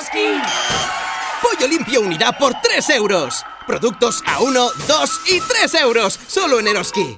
Eroski. Pollo limpio unidad por 3 euros. Productos a 1, 2 y 3 euros. Solo en Eroski.